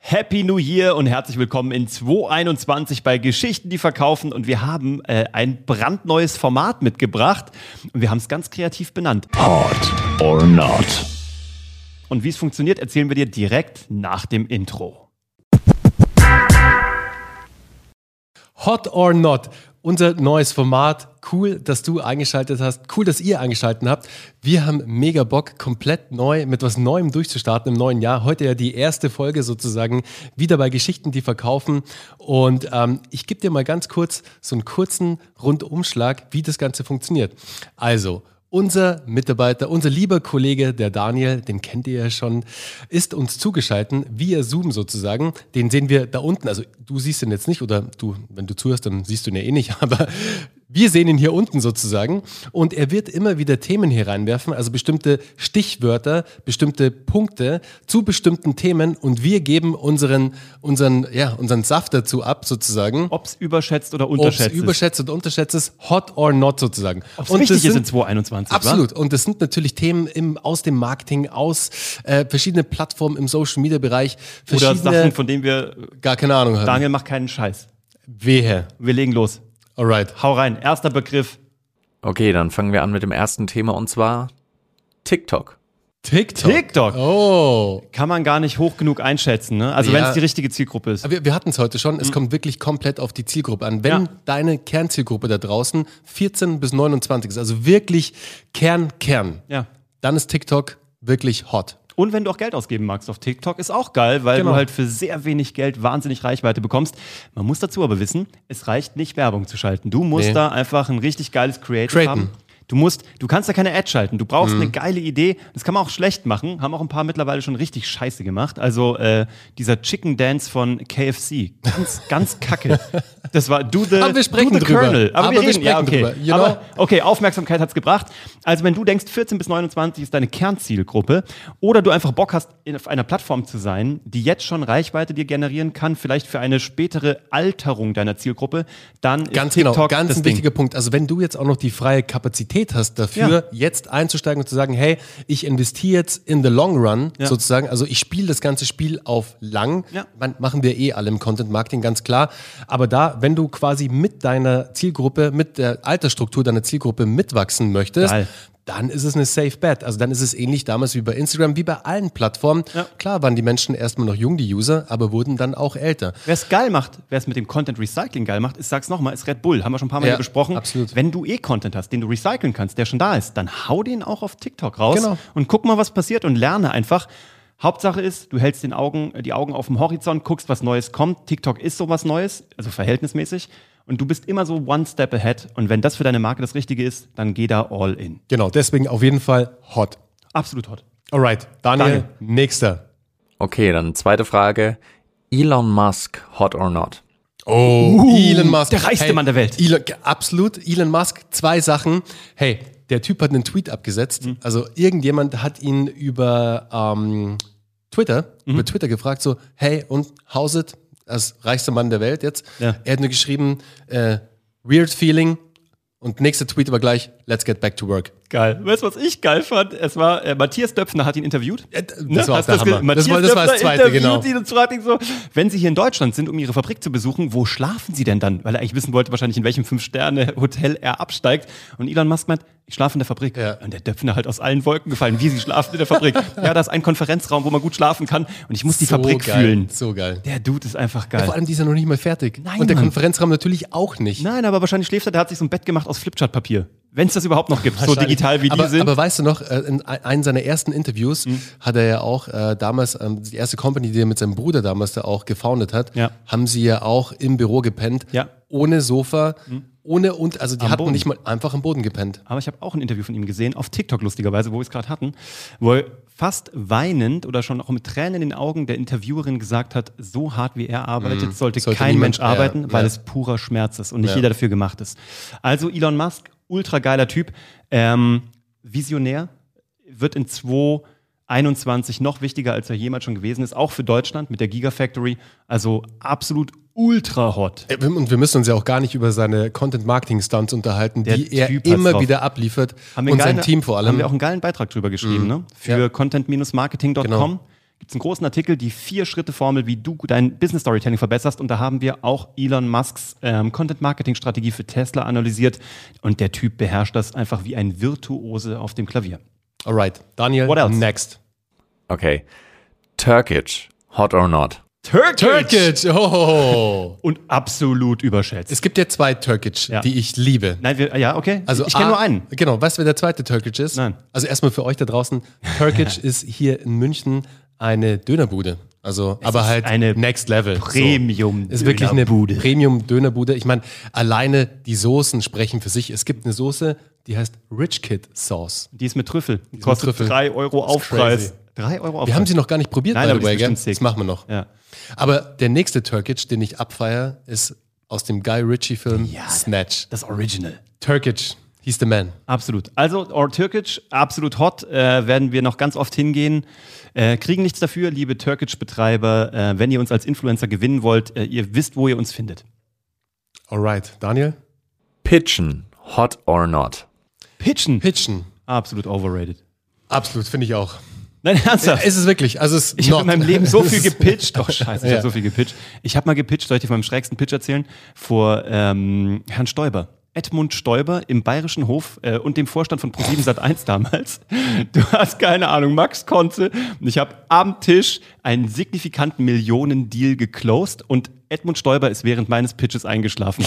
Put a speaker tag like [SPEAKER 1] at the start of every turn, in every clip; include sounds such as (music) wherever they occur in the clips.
[SPEAKER 1] Happy New Year und herzlich willkommen in 2021 bei Geschichten, die verkaufen. Und wir haben äh, ein brandneues Format mitgebracht und wir haben es ganz kreativ benannt.
[SPEAKER 2] Hot or not.
[SPEAKER 1] Und wie es funktioniert, erzählen wir dir direkt nach dem Intro.
[SPEAKER 3] Hot or Not, unser neues Format. Cool, dass du eingeschaltet hast. Cool, dass ihr eingeschaltet habt. Wir haben mega Bock, komplett neu mit was Neuem durchzustarten im neuen Jahr. Heute ja die erste Folge sozusagen wieder bei Geschichten, die verkaufen. Und ähm, ich gebe dir mal ganz kurz so einen kurzen Rundumschlag, wie das Ganze funktioniert. Also, unser Mitarbeiter, unser lieber Kollege, der Daniel, den kennt ihr ja schon, ist uns zugeschalten via Zoom sozusagen. Den sehen wir da unten. Also du siehst ihn jetzt nicht oder du, wenn du zuhörst, dann siehst du ihn ja eh nicht, (laughs) aber wir sehen ihn hier unten sozusagen. Und er wird immer wieder Themen hier reinwerfen, also bestimmte Stichwörter, bestimmte Punkte zu bestimmten Themen und wir geben unseren, unseren, ja, unseren Saft dazu ab sozusagen.
[SPEAKER 1] Ob es überschätzt oder
[SPEAKER 3] Ob es
[SPEAKER 1] unterschätzt. ist.
[SPEAKER 3] überschätzt und unterschätzt ist, hot or not sozusagen.
[SPEAKER 1] Ob's
[SPEAKER 3] und das
[SPEAKER 1] wichtig ist
[SPEAKER 3] sind-
[SPEAKER 1] in 2021. wa?
[SPEAKER 3] Absolut. Und das sind natürlich Themen im, aus dem Marketing, aus äh, verschiedenen Plattformen im Social Media Bereich.
[SPEAKER 1] Oder
[SPEAKER 3] verschiedene-
[SPEAKER 1] Sachen, von denen wir.
[SPEAKER 3] gar keine Ahnung haben.
[SPEAKER 1] Daniel macht keinen Scheiß.
[SPEAKER 3] Wehe.
[SPEAKER 1] Wir legen los.
[SPEAKER 3] Alright.
[SPEAKER 1] Hau rein. Erster Begriff.
[SPEAKER 2] Okay, dann fangen wir an mit dem ersten Thema und zwar TikTok.
[SPEAKER 3] TikTok.
[SPEAKER 1] TikTok.
[SPEAKER 3] Oh.
[SPEAKER 1] Kann man gar nicht hoch genug einschätzen, ne? Also
[SPEAKER 3] Ja.
[SPEAKER 1] wenn es die richtige Zielgruppe ist.
[SPEAKER 3] Aber Wir, wir hatten es heute schon. Es kommt wirklich komplett auf die Zielgruppe an. Wenn
[SPEAKER 1] Mhm. Ja.
[SPEAKER 3] deine Kernzielgruppe da draußen 14 bis 29 ist, also wirklich Kern, Kern,
[SPEAKER 1] Ja.
[SPEAKER 3] dann ist TikTok wirklich hot.
[SPEAKER 1] Und wenn du auch Geld ausgeben magst auf TikTok, ist auch geil, weil
[SPEAKER 3] Genau.
[SPEAKER 1] du halt für sehr wenig Geld wahnsinnig Reichweite bekommst. Man muss dazu aber wissen, es reicht nicht, Werbung zu schalten. Du musst
[SPEAKER 3] Nee.
[SPEAKER 1] da einfach ein richtig geiles Creative
[SPEAKER 3] Createn. Mhm.
[SPEAKER 1] haben. Du musst, du kannst da keine Ad schalten. Du brauchst eine geile Idee. Das kann man auch schlecht machen. Haben auch ein paar mittlerweile schon richtig scheiße gemacht. Also äh, dieser Chicken Dance von KFC, ganz, ganz
[SPEAKER 3] (laughs)
[SPEAKER 1] kacke. Das war Do the,
[SPEAKER 3] Aber wir sprechen
[SPEAKER 1] do the
[SPEAKER 3] drüber.
[SPEAKER 1] Colonel. Aber, wir, reden, ja, okay.
[SPEAKER 3] sprechen drüber, you
[SPEAKER 1] Aber
[SPEAKER 3] know?
[SPEAKER 1] Okay, Aufmerksamkeit hat's gebracht. Also wenn du denkst, 14 bis 29 ist deine Kernzielgruppe oder du einfach Bock hast, in- auf einer Plattform zu sein, die jetzt schon Reichweite dir generieren kann, vielleicht für eine spätere Alterung deiner Zielgruppe, dann
[SPEAKER 3] Ganz
[SPEAKER 1] ist TikTok
[SPEAKER 3] genau, ganz
[SPEAKER 1] das
[SPEAKER 3] ein
[SPEAKER 1] Ding.
[SPEAKER 3] wichtiger Punkt. Also wenn du jetzt auch noch die freie Kapazität hast dafür, jetzt einzusteigen und zu sagen, hey, ich investiere jetzt in the long run
[SPEAKER 1] Ja.
[SPEAKER 3] sozusagen, also ich spiele das ganze Spiel auf lang,
[SPEAKER 1] Ja.
[SPEAKER 3] Man, machen wir eh alle im Content Marketing, ganz klar. Aber da, wenn du quasi mit deiner Zielgruppe, mit der Altersstruktur deiner Zielgruppe mitwachsen möchtest,
[SPEAKER 1] Geil.
[SPEAKER 3] dann ist es eine Safe Bet. Also dann ist es ähnlich damals wie bei Instagram, wie bei allen Plattformen.
[SPEAKER 1] Ja.
[SPEAKER 3] Klar waren die Menschen erstmal noch jung, die User, aber wurden dann auch älter.
[SPEAKER 1] Wer es geil macht, wer es mit dem Content Recycling geil macht, ist, sag's nochmal, ist Red Bull. Haben wir schon ein paar Mal
[SPEAKER 3] Ja,
[SPEAKER 1] hier besprochen.
[SPEAKER 3] absolut.
[SPEAKER 1] Wenn du eh Content hast, den du recyceln kannst, der schon da ist, dann hau den auch auf TikTok raus
[SPEAKER 3] Genau.
[SPEAKER 1] und guck mal, was passiert und lerne einfach. Hauptsache ist, du hältst den Augen, die Augen auf dem Horizont, guckst, was Neues kommt. TikTok ist sowas Neues, also verhältnismäßig. Und du bist immer so one step ahead. Und wenn das für deine Marke das Richtige ist, dann geh da all in.
[SPEAKER 3] Genau, deswegen auf jeden Fall hot.
[SPEAKER 1] Absolut hot.
[SPEAKER 3] Alright, Daniel,
[SPEAKER 1] Daniel.
[SPEAKER 3] nächster.
[SPEAKER 2] Okay, dann zweite Frage. Elon Musk, hot or not?
[SPEAKER 3] Oh, Elon Musk.
[SPEAKER 1] Uh, der reichste Mann der Welt.
[SPEAKER 3] Elon, absolut, Elon Musk, zwei Sachen. Hey, der Typ hat einen Tweet abgesetzt.
[SPEAKER 1] Mhm.
[SPEAKER 3] Also irgendjemand hat ihn über ähm, Twitter,
[SPEAKER 1] Mhm.
[SPEAKER 3] über Twitter gefragt, so, hey, und how's it? Als reichster Mann der Welt jetzt.
[SPEAKER 1] Ja.
[SPEAKER 3] Er hat nur geschrieben, äh, weird feeling. Und nächster Tweet war gleich, let's get back to work.
[SPEAKER 1] Geil. Weißt du, was ich geil fand? Es war, äh, Matthias Döpfner hat ihn interviewt.
[SPEAKER 3] Äh, Das
[SPEAKER 1] Ne?
[SPEAKER 3] war auch
[SPEAKER 1] Hast
[SPEAKER 3] der
[SPEAKER 1] du ge-
[SPEAKER 3] Hammer.
[SPEAKER 1] Matthias
[SPEAKER 3] Das war, das war das
[SPEAKER 1] Döpfner
[SPEAKER 3] zweite,
[SPEAKER 1] interviewt
[SPEAKER 3] genau.
[SPEAKER 1] ihn und fragt ihn so, wenn Sie hier in Deutschland sind, um Ihre Fabrik zu besuchen, wo schlafen Sie denn dann? Weil er eigentlich wissen wollte, wahrscheinlich in welchem Fünf-Sterne-Hotel er absteigt. Und Elon Musk meint, ich schlafe in der Fabrik.
[SPEAKER 3] Ja.
[SPEAKER 1] Und der Döpfner halt aus allen Wolken gefallen. Wie, Sie schlafen in der
[SPEAKER 3] (laughs)
[SPEAKER 1] Fabrik? ja, da ist ein Konferenzraum, wo man gut schlafen kann. Und ich muss die Fabrik
[SPEAKER 3] geil,
[SPEAKER 1] fühlen.
[SPEAKER 3] So geil.
[SPEAKER 1] Der Dude ist einfach
[SPEAKER 3] Ja, vor
[SPEAKER 1] geil.
[SPEAKER 3] allem, die ist ja noch nicht mal fertig.
[SPEAKER 1] Nein,
[SPEAKER 3] Und der
[SPEAKER 1] Mann.
[SPEAKER 3] Konferenzraum natürlich auch nicht.
[SPEAKER 1] Nein, aber wahrscheinlich schläft er, der hat sich so ein Bett gemacht aus Flipchartpapier. Wenn es das überhaupt noch gibt, so
[SPEAKER 3] Wahrscheinlich.
[SPEAKER 1] digital wie die
[SPEAKER 3] aber,
[SPEAKER 1] sind. Mhm.
[SPEAKER 3] Aber weißt du noch, äh, in ein- einem seiner ersten Interviews hat er ja auch äh, damals, ähm, die erste Company, die er mit seinem Bruder damals da auch gefoundet hat,
[SPEAKER 1] Ja.
[SPEAKER 3] haben sie ja auch im Büro gepennt,
[SPEAKER 1] Ja. Mhm.
[SPEAKER 3] ohne Sofa, ohne und, also die hatten
[SPEAKER 1] Boden.
[SPEAKER 3] nicht mal einfach am Boden gepennt.
[SPEAKER 1] Aber ich habe auch ein Interview von ihm gesehen, auf TikTok lustigerweise, wo wir es gerade hatten, wo er fast weinend oder schon auch mit Tränen in den Augen der Interviewerin gesagt hat, so hart wie er arbeitet, sollte,
[SPEAKER 3] Mhm. sollte
[SPEAKER 1] kein
[SPEAKER 3] niemand-
[SPEAKER 1] Mensch arbeiten,
[SPEAKER 3] ja,
[SPEAKER 1] weil
[SPEAKER 3] ja.
[SPEAKER 1] es purer Schmerz ist und nicht jeder dafür gemacht ist. Also Elon Musk, ultra geiler Typ, ähm, Visionär, wird in 2021 noch wichtiger, als er jemals schon gewesen ist, auch für Deutschland mit der Gigafactory. Also absolut ultra hot.
[SPEAKER 3] Äh, Und wir müssen uns ja auch gar nicht über seine Content-Marketing-Stunts unterhalten,
[SPEAKER 1] Der
[SPEAKER 3] die er
[SPEAKER 1] Typ hat's
[SPEAKER 3] immer
[SPEAKER 1] drauf.
[SPEAKER 3] wieder abliefert
[SPEAKER 1] Haben wir
[SPEAKER 3] und
[SPEAKER 1] einen
[SPEAKER 3] sein
[SPEAKER 1] geilen-
[SPEAKER 3] Team vor allem.
[SPEAKER 1] Haben wir auch einen geilen Beitrag drüber geschrieben, ne? Für
[SPEAKER 3] Ja.
[SPEAKER 1] content-marketing.com.
[SPEAKER 3] Genau.
[SPEAKER 1] gibt es einen großen Artikel, die Vier-Schritte-Formel, wie du dein Business-Storytelling verbesserst. Und da haben wir auch Elon Musks ähm, Content-Marketing-Strategie für Tesla analysiert. Und der Typ beherrscht das einfach wie ein Virtuose auf dem Klavier.
[SPEAKER 3] Alright, Daniel,
[SPEAKER 1] What else?
[SPEAKER 3] next.
[SPEAKER 2] Okay. Turkish, hot or not?
[SPEAKER 1] Turkish!
[SPEAKER 3] Turkic, oh.
[SPEAKER 1] Und absolut überschätzt.
[SPEAKER 3] es gibt ja zwei Turkic,
[SPEAKER 1] Ja.
[SPEAKER 3] die ich liebe.
[SPEAKER 1] Nein, wir, ja, okay.
[SPEAKER 3] Also
[SPEAKER 1] ich kenne
[SPEAKER 3] A-
[SPEAKER 1] nur einen.
[SPEAKER 3] Genau, weißt du, wer der zweite Turkic ist?
[SPEAKER 1] Nein.
[SPEAKER 3] Also erstmal für euch da draußen,
[SPEAKER 1] (laughs)
[SPEAKER 3] Turkic ist hier in München eine Dönerbude. Also, aber
[SPEAKER 1] ist
[SPEAKER 3] halt
[SPEAKER 1] eine
[SPEAKER 3] Next Level.
[SPEAKER 1] Premium
[SPEAKER 3] So. Ist wirklich eine Premium Dönerbude. Ich meine, alleine die Soßen sprechen für sich. Es gibt eine Soße, die heißt Rich Kid Sauce.
[SPEAKER 1] Die ist mit Trüffel. Die
[SPEAKER 3] mit
[SPEAKER 1] kostet
[SPEAKER 3] Trüffel.
[SPEAKER 1] 3 Euro
[SPEAKER 3] Ist
[SPEAKER 1] Aufpreis.
[SPEAKER 3] crazy.
[SPEAKER 1] 3 Euro Aufpreis.
[SPEAKER 3] Wir haben sie noch gar nicht probiert,
[SPEAKER 1] Nein,
[SPEAKER 3] by
[SPEAKER 1] aber die
[SPEAKER 3] the
[SPEAKER 1] ist
[SPEAKER 3] way, gell?
[SPEAKER 1] bestimmt sick.
[SPEAKER 3] Das machen wir noch.
[SPEAKER 1] Ja.
[SPEAKER 3] Aber der nächste Turkic, den ich abfeier, ist aus dem Guy Ritchie-Film
[SPEAKER 1] Ja.
[SPEAKER 3] Snatch.
[SPEAKER 1] Das Original.
[SPEAKER 3] Turkic, he's the man.
[SPEAKER 1] Absolut. Also, Or Türkic, absolut hot, äh, werden wir noch ganz oft hingehen. Äh, kriegen nichts dafür, liebe Türkic-Betreiber. Äh, wenn ihr uns als Influencer gewinnen wollt, äh, ihr wisst, wo ihr uns findet.
[SPEAKER 3] Alright, Daniel?
[SPEAKER 2] Pitchen, hot or not?
[SPEAKER 1] Pitchen,
[SPEAKER 3] Pitchen.
[SPEAKER 1] absolut overrated.
[SPEAKER 3] Absolut, finde ich auch.
[SPEAKER 1] Nein, (laughs) ernsthaft.
[SPEAKER 3] Ist es wirklich? Also (laughs) es
[SPEAKER 1] Ich habe in meinem Leben so viel gepitcht. Oh scheiße, ich
[SPEAKER 3] Ja.
[SPEAKER 1] habe so viel gepitcht. Ich habe mal gepitcht, soll ich dir von meinem schrägsten Pitch erzählen? Vor ähm, Herrn Stoiber. Edmund Stoiber im Bayerischen Hof äh, und dem Vorstand von ProSieben Sat1 damals. Du hast keine Ahnung, Max Konze. Und ich habe am Tisch einen signifikanten Millionen-Deal geclosed und Edmund Stoiber ist während meines Pitches eingeschlafen.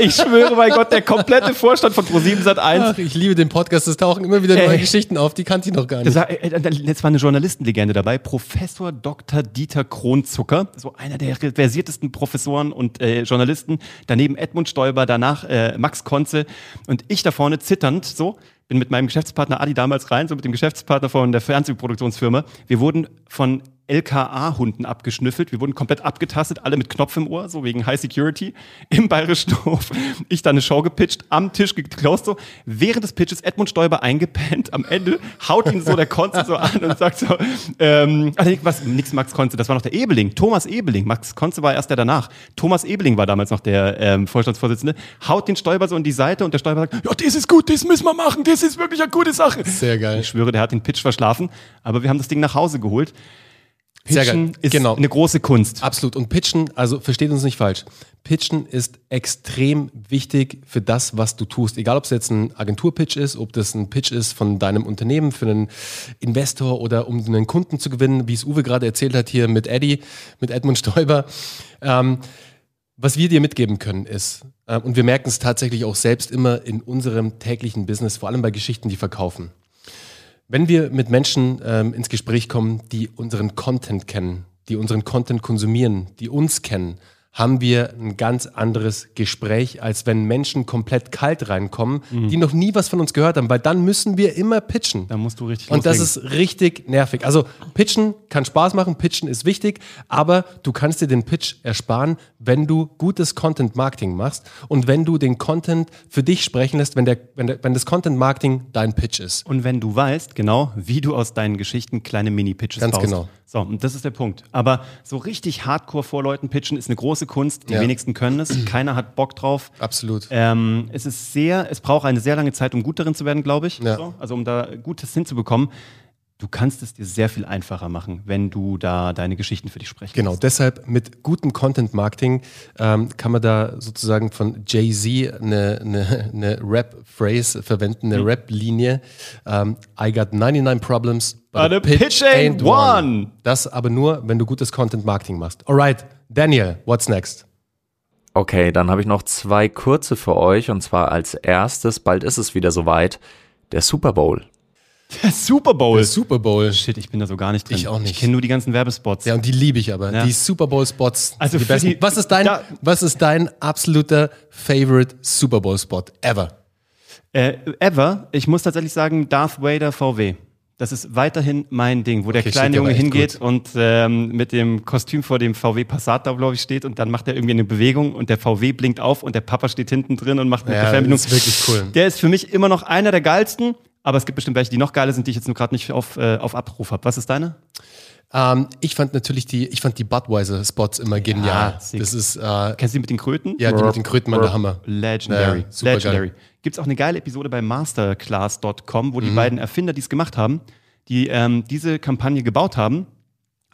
[SPEAKER 1] Ich schwöre bei Gott, der komplette Vorstand von ProSieben Sat1
[SPEAKER 3] Ach, ich liebe den Podcast, es tauchen immer wieder neue
[SPEAKER 1] Ey.
[SPEAKER 3] Geschichten auf, die kannte ich noch gar
[SPEAKER 1] Da
[SPEAKER 3] nicht.
[SPEAKER 1] sag- äh, da- Jetzt war eine Journalistenlegende dabei, Professor Dr. Dieter Kronzucker, so einer der versiertesten Professoren und äh, Journalisten, daneben Edmund Stoiber, danach äh, Max Konze und ich da vorne zitternd so, bin mit meinem Geschäftspartner Adi damals rein, so mit dem Geschäftspartner von der Fernsehproduktionsfirma. Wir wurden von LKA-Hunden abgeschnüffelt. Wir wurden komplett abgetastet, alle mit Knopf im Ohr, so wegen High Security (laughs) im Bayerischen Hof. Ich da eine Show gepitcht, am Tisch geklaust so. Während des Pitches Edmund Stoiber eingepennt. Am Ende haut ihn so der Konze so an und sagt so, ähm, ach, nee, was, nix Max Konze, das war noch der Ebeling, Thomas Ebeling. Max Konze war erst der danach. Thomas Ebeling war damals noch der ähm, Vorstandsvorsitzende. Haut den Stoiber so in die Seite und der Stoiber sagt, ja, das ist gut, das müssen wir machen, das ist wirklich eine gute Sache.
[SPEAKER 3] Sehr geil.
[SPEAKER 1] Ich schwöre, der hat den Pitch verschlafen, aber wir haben das Ding nach Hause geholt.
[SPEAKER 3] Sehr geil.
[SPEAKER 1] Pitchen ist
[SPEAKER 3] Genau.
[SPEAKER 1] eine große Kunst.
[SPEAKER 3] Absolut. Und Pitchen, also versteht uns nicht falsch. Pitchen ist extrem wichtig für das, was du tust. Egal, ob es jetzt ein Agenturpitch ist, ob das ein Pitch ist von deinem Unternehmen für einen Investor oder um einen Kunden zu gewinnen, wie es Uwe gerade erzählt hat hier mit Eddie, mit Edmund Stoiber. Ähm, was wir dir mitgeben können ist, äh, und wir merken es tatsächlich auch selbst immer in unserem täglichen Business, vor allem bei Geschichten, die verkaufen. Wenn wir mit Menschen ähm, ins Gespräch kommen, die unseren Content kennen, die unseren Content konsumieren, die uns kennen, haben wir ein ganz anderes Gespräch, als wenn Menschen komplett kalt reinkommen, die noch nie was von uns gehört haben, weil dann müssen wir immer pitchen.
[SPEAKER 1] Da musst du richtig
[SPEAKER 3] Und das
[SPEAKER 1] loslegen.
[SPEAKER 3] ist richtig nervig. Also pitchen kann Spaß machen, pitchen ist wichtig, aber du kannst dir den Pitch ersparen, wenn du gutes Content Marketing machst und wenn du den Content für dich sprechen lässt, wenn, der, wenn, der, wenn das Content Marketing dein Pitch ist.
[SPEAKER 1] Und wenn du weißt, genau, wie du aus deinen Geschichten kleine Mini-Pitches
[SPEAKER 3] Ganz
[SPEAKER 1] baust.
[SPEAKER 3] genau.
[SPEAKER 1] So, und das ist der Punkt. Aber so richtig hardcore vor Leuten pitchen ist eine große Kunst. Die
[SPEAKER 3] Ja.
[SPEAKER 1] wenigsten können
[SPEAKER 3] (clears throat)
[SPEAKER 1] es. Keiner hat Bock drauf.
[SPEAKER 3] Absolut.
[SPEAKER 1] Ähm, es ist sehr, es braucht eine sehr lange Zeit, um gut darin zu werden, glaube ich.
[SPEAKER 3] Ja.
[SPEAKER 1] So, also um da Gutes hinzubekommen. Du kannst es dir sehr viel einfacher machen, wenn du da deine Geschichten für dich sprechen
[SPEAKER 3] Genau, deshalb mit gutem Content-Marketing ähm, kann man da sozusagen von Jay-Z eine, eine, eine Rap-Phrase verwenden,
[SPEAKER 1] Mhm.
[SPEAKER 3] eine Rap-Linie. Ähm, I got 99 problems,
[SPEAKER 1] But a pitch ain't one.
[SPEAKER 3] Das aber nur, wenn du gutes Content-Marketing machst. Alright, Daniel, what's next?
[SPEAKER 2] Okay, dann habe ich noch zwei kurze für euch und zwar als erstes, bald ist es wieder soweit, der Super Bowl.
[SPEAKER 1] Der (laughs) Super Bowl.
[SPEAKER 3] Super Bowl.
[SPEAKER 1] Shit, ich bin da so gar nicht drin.
[SPEAKER 3] Ich auch nicht.
[SPEAKER 1] Ich kenne nur die ganzen Werbespots.
[SPEAKER 3] Ja, und die liebe ich aber.
[SPEAKER 1] Ja.
[SPEAKER 3] Die Super Bowl-Spots.
[SPEAKER 1] Also
[SPEAKER 3] die
[SPEAKER 1] für
[SPEAKER 3] besten.
[SPEAKER 1] die-
[SPEAKER 3] was, ist dein,
[SPEAKER 1] da-
[SPEAKER 3] was ist dein absoluter Favorite Super Bowl-Spot ever?
[SPEAKER 1] Äh, ever, ich muss tatsächlich sagen, Darth Vader VW. Das ist weiterhin mein Ding, wo der
[SPEAKER 3] Okay,
[SPEAKER 1] kleine
[SPEAKER 3] steht aber
[SPEAKER 1] Junge
[SPEAKER 3] echt
[SPEAKER 1] hingeht und ähm, mit dem Kostüm vor dem VW Passat da, glaube ich, steht und dann macht er irgendwie eine Bewegung und der VW blinkt auf und der Papa steht hinten drin und macht eine
[SPEAKER 3] Ja,
[SPEAKER 1] Fernbedienung.
[SPEAKER 3] das ist wirklich cool.
[SPEAKER 1] Der ist für mich immer noch einer der geilsten, aber es gibt bestimmt welche, die noch geiler sind, die ich jetzt nur gerade nicht auf, äh, auf Abruf habe. Was ist deine?
[SPEAKER 3] Ähm, ich fand natürlich die, ich fand die Budweiser-Spots immer genial.
[SPEAKER 1] sick.
[SPEAKER 3] das ist, äh, ja,
[SPEAKER 1] Kennst du die mit den Kröten?
[SPEAKER 3] die mit den Kröten waren der Hammer.
[SPEAKER 1] Legendary.
[SPEAKER 3] Ja, supergeil.
[SPEAKER 1] Legendary. Gibt es auch eine geile Episode bei
[SPEAKER 3] Mhm.
[SPEAKER 1] masterclass.com, wo die beiden Erfinder, die es gemacht haben, die ähm, diese Kampagne gebaut haben,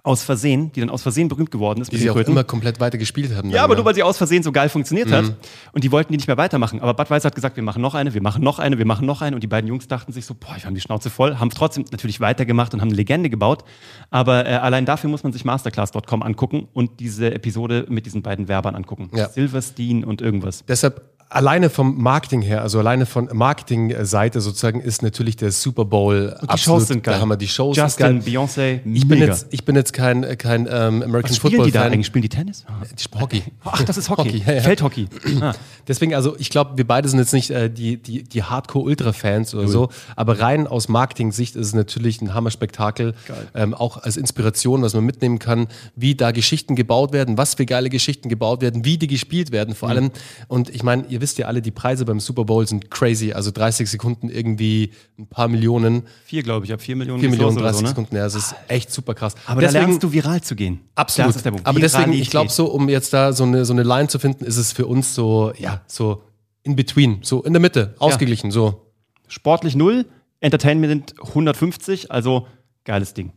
[SPEAKER 1] aus Versehen, die dann aus Versehen berühmt geworden ist.
[SPEAKER 3] Die
[SPEAKER 1] mit
[SPEAKER 3] sie
[SPEAKER 1] den
[SPEAKER 3] auch
[SPEAKER 1] Kröten.
[SPEAKER 3] immer Mhm. komplett weiter gespielt haben.
[SPEAKER 1] Ja,
[SPEAKER 3] dann,
[SPEAKER 1] aber
[SPEAKER 3] ne?
[SPEAKER 1] nur weil sie aus Versehen so geil funktioniert hat. Und die wollten die nicht mehr weitermachen. Aber Budweiser hat gesagt, wir machen noch eine, wir machen noch eine, wir machen noch eine. Und die beiden Jungs dachten sich so, boah, wir haben die Schnauze voll, haben es trotzdem natürlich weitergemacht und haben eine Legende gebaut. Aber äh, allein dafür muss man sich masterclass.com angucken und diese Episode mit diesen beiden Werbern angucken.
[SPEAKER 3] Ja.
[SPEAKER 1] Silverstein und irgendwas.
[SPEAKER 3] Deshalb alleine vom Marketing her, also alleine von Marketingseite sozusagen, ist natürlich der Super Bowl
[SPEAKER 1] Die Shows sind geil.
[SPEAKER 3] Da haben wir die Shows
[SPEAKER 1] Justin,
[SPEAKER 3] sind geil.
[SPEAKER 1] Beyoncé,
[SPEAKER 3] Ich bin,
[SPEAKER 1] mega.
[SPEAKER 3] jetzt, ich bin jetzt kein, kein ähm, American
[SPEAKER 1] Was spielen
[SPEAKER 3] Football
[SPEAKER 1] die da
[SPEAKER 3] Fan.
[SPEAKER 1] eigentlich? Spielen die Tennis? Ah.
[SPEAKER 3] Die spielen Hockey.
[SPEAKER 1] Ach, das ist Hockey.
[SPEAKER 3] Hockey, ja, ja.
[SPEAKER 1] Feldhockey. Ah.
[SPEAKER 3] Deswegen, also ich glaube, wir beide sind jetzt nicht äh, die, die, die Hardcore-Ultra-Fans oder so, aber rein aus Marketing-Sicht ist es natürlich ein Hammer-Spektakel, ähm, auch als Inspiration, was man mitnehmen kann, wie da Geschichten gebaut werden, was für geile Geschichten gebaut werden, wie die gespielt werden
[SPEAKER 1] Mhm.
[SPEAKER 3] vor allem. Und ich meine, ihr wisst ja alle, die Preise beim Super Bowl sind crazy, also 30 Sekunden irgendwie ein paar Millionen,
[SPEAKER 1] Vier, glaube ich, ab vier Millionen.
[SPEAKER 3] 4
[SPEAKER 1] Ressourcen
[SPEAKER 3] Millionen,
[SPEAKER 1] oder
[SPEAKER 3] 30
[SPEAKER 1] so, ne?
[SPEAKER 3] Sekunden, ja, es ist echt super krass.
[SPEAKER 1] Aber da lernst du, viral zu gehen.
[SPEAKER 3] Absolut.
[SPEAKER 1] Das ist der Punkt.
[SPEAKER 3] Aber deswegen,
[SPEAKER 1] Viralität.
[SPEAKER 3] ich glaube so, um jetzt da so eine, so eine Line zu finden, ist es für uns so, ja, so in between, so in der Mitte, ausgeglichen, so.
[SPEAKER 1] Sportlich 0, Entertainment 150, also geiles Ding.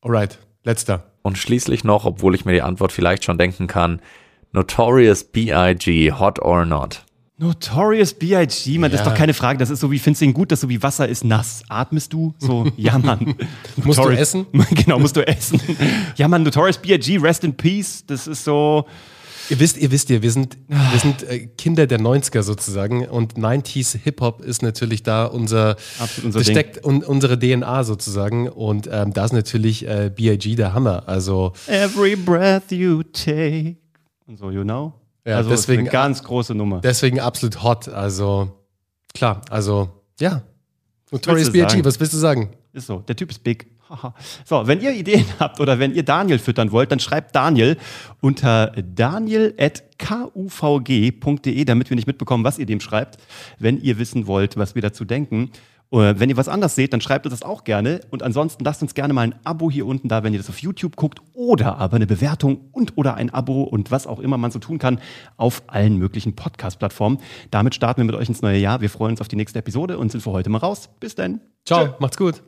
[SPEAKER 3] Alright, letzter.
[SPEAKER 2] Und schließlich noch, obwohl ich mir die Antwort vielleicht schon denken kann, Notorious B.I.G., Hot or Not.
[SPEAKER 1] Notorious B.I.G., man, das ist
[SPEAKER 3] Ja.
[SPEAKER 1] doch keine Frage. Das ist so wie, findest du ihn gut, das ist so wie Wasser ist nass. Atmest du? So,
[SPEAKER 3] (laughs)
[SPEAKER 1] ja, Mann.
[SPEAKER 3] Musst du
[SPEAKER 1] Notorious-
[SPEAKER 3] essen?
[SPEAKER 1] (laughs) genau, musst du essen. ja, Mann, Notorious B.I.G., rest in peace. Das ist so,
[SPEAKER 3] Ihr wisst, ihr wisst, ihr, wir sind, wir sind äh, Kinder der 90er sozusagen und 90s Hip-Hop ist natürlich da unser,
[SPEAKER 1] Absolut unser
[SPEAKER 3] das
[SPEAKER 1] Ding.
[SPEAKER 3] steckt un, unsere DNA sozusagen und ähm, da ist natürlich äh, B.I.G. der Hammer, also
[SPEAKER 1] every breath you take. Und so, you know?
[SPEAKER 3] Ja,
[SPEAKER 1] also, es
[SPEAKER 3] deswegen-
[SPEAKER 1] ist eine ganz große Nummer.
[SPEAKER 3] deswegen absolut hot, also klar, also ja. Notorious
[SPEAKER 1] willst du
[SPEAKER 3] B.I.G.,
[SPEAKER 1] sagen?
[SPEAKER 3] was willst du sagen?
[SPEAKER 1] Ist so, der Typ ist big. Haha. so, wenn ihr Ideen (laughs) habt oder wenn ihr Daniel füttern wollt, dann schreibt Daniel unter daniel.kuvg.de, damit wir nicht mitbekommen, was ihr dem schreibt, wenn ihr wissen wollt, was wir dazu denken. Oder wenn ihr was anders seht, dann schreibt uns das auch gerne. Und ansonsten lasst uns gerne mal ein Abo hier unten da, wenn ihr das auf YouTube guckt oder aber eine Bewertung und oder ein Abo und was auch immer man so tun kann auf allen möglichen Podcast-Plattformen. Damit starten wir mit euch ins neue Jahr. Wir freuen uns auf die nächste Episode und sind für heute mal raus. Bis dann.
[SPEAKER 3] Ciao, macht's gut.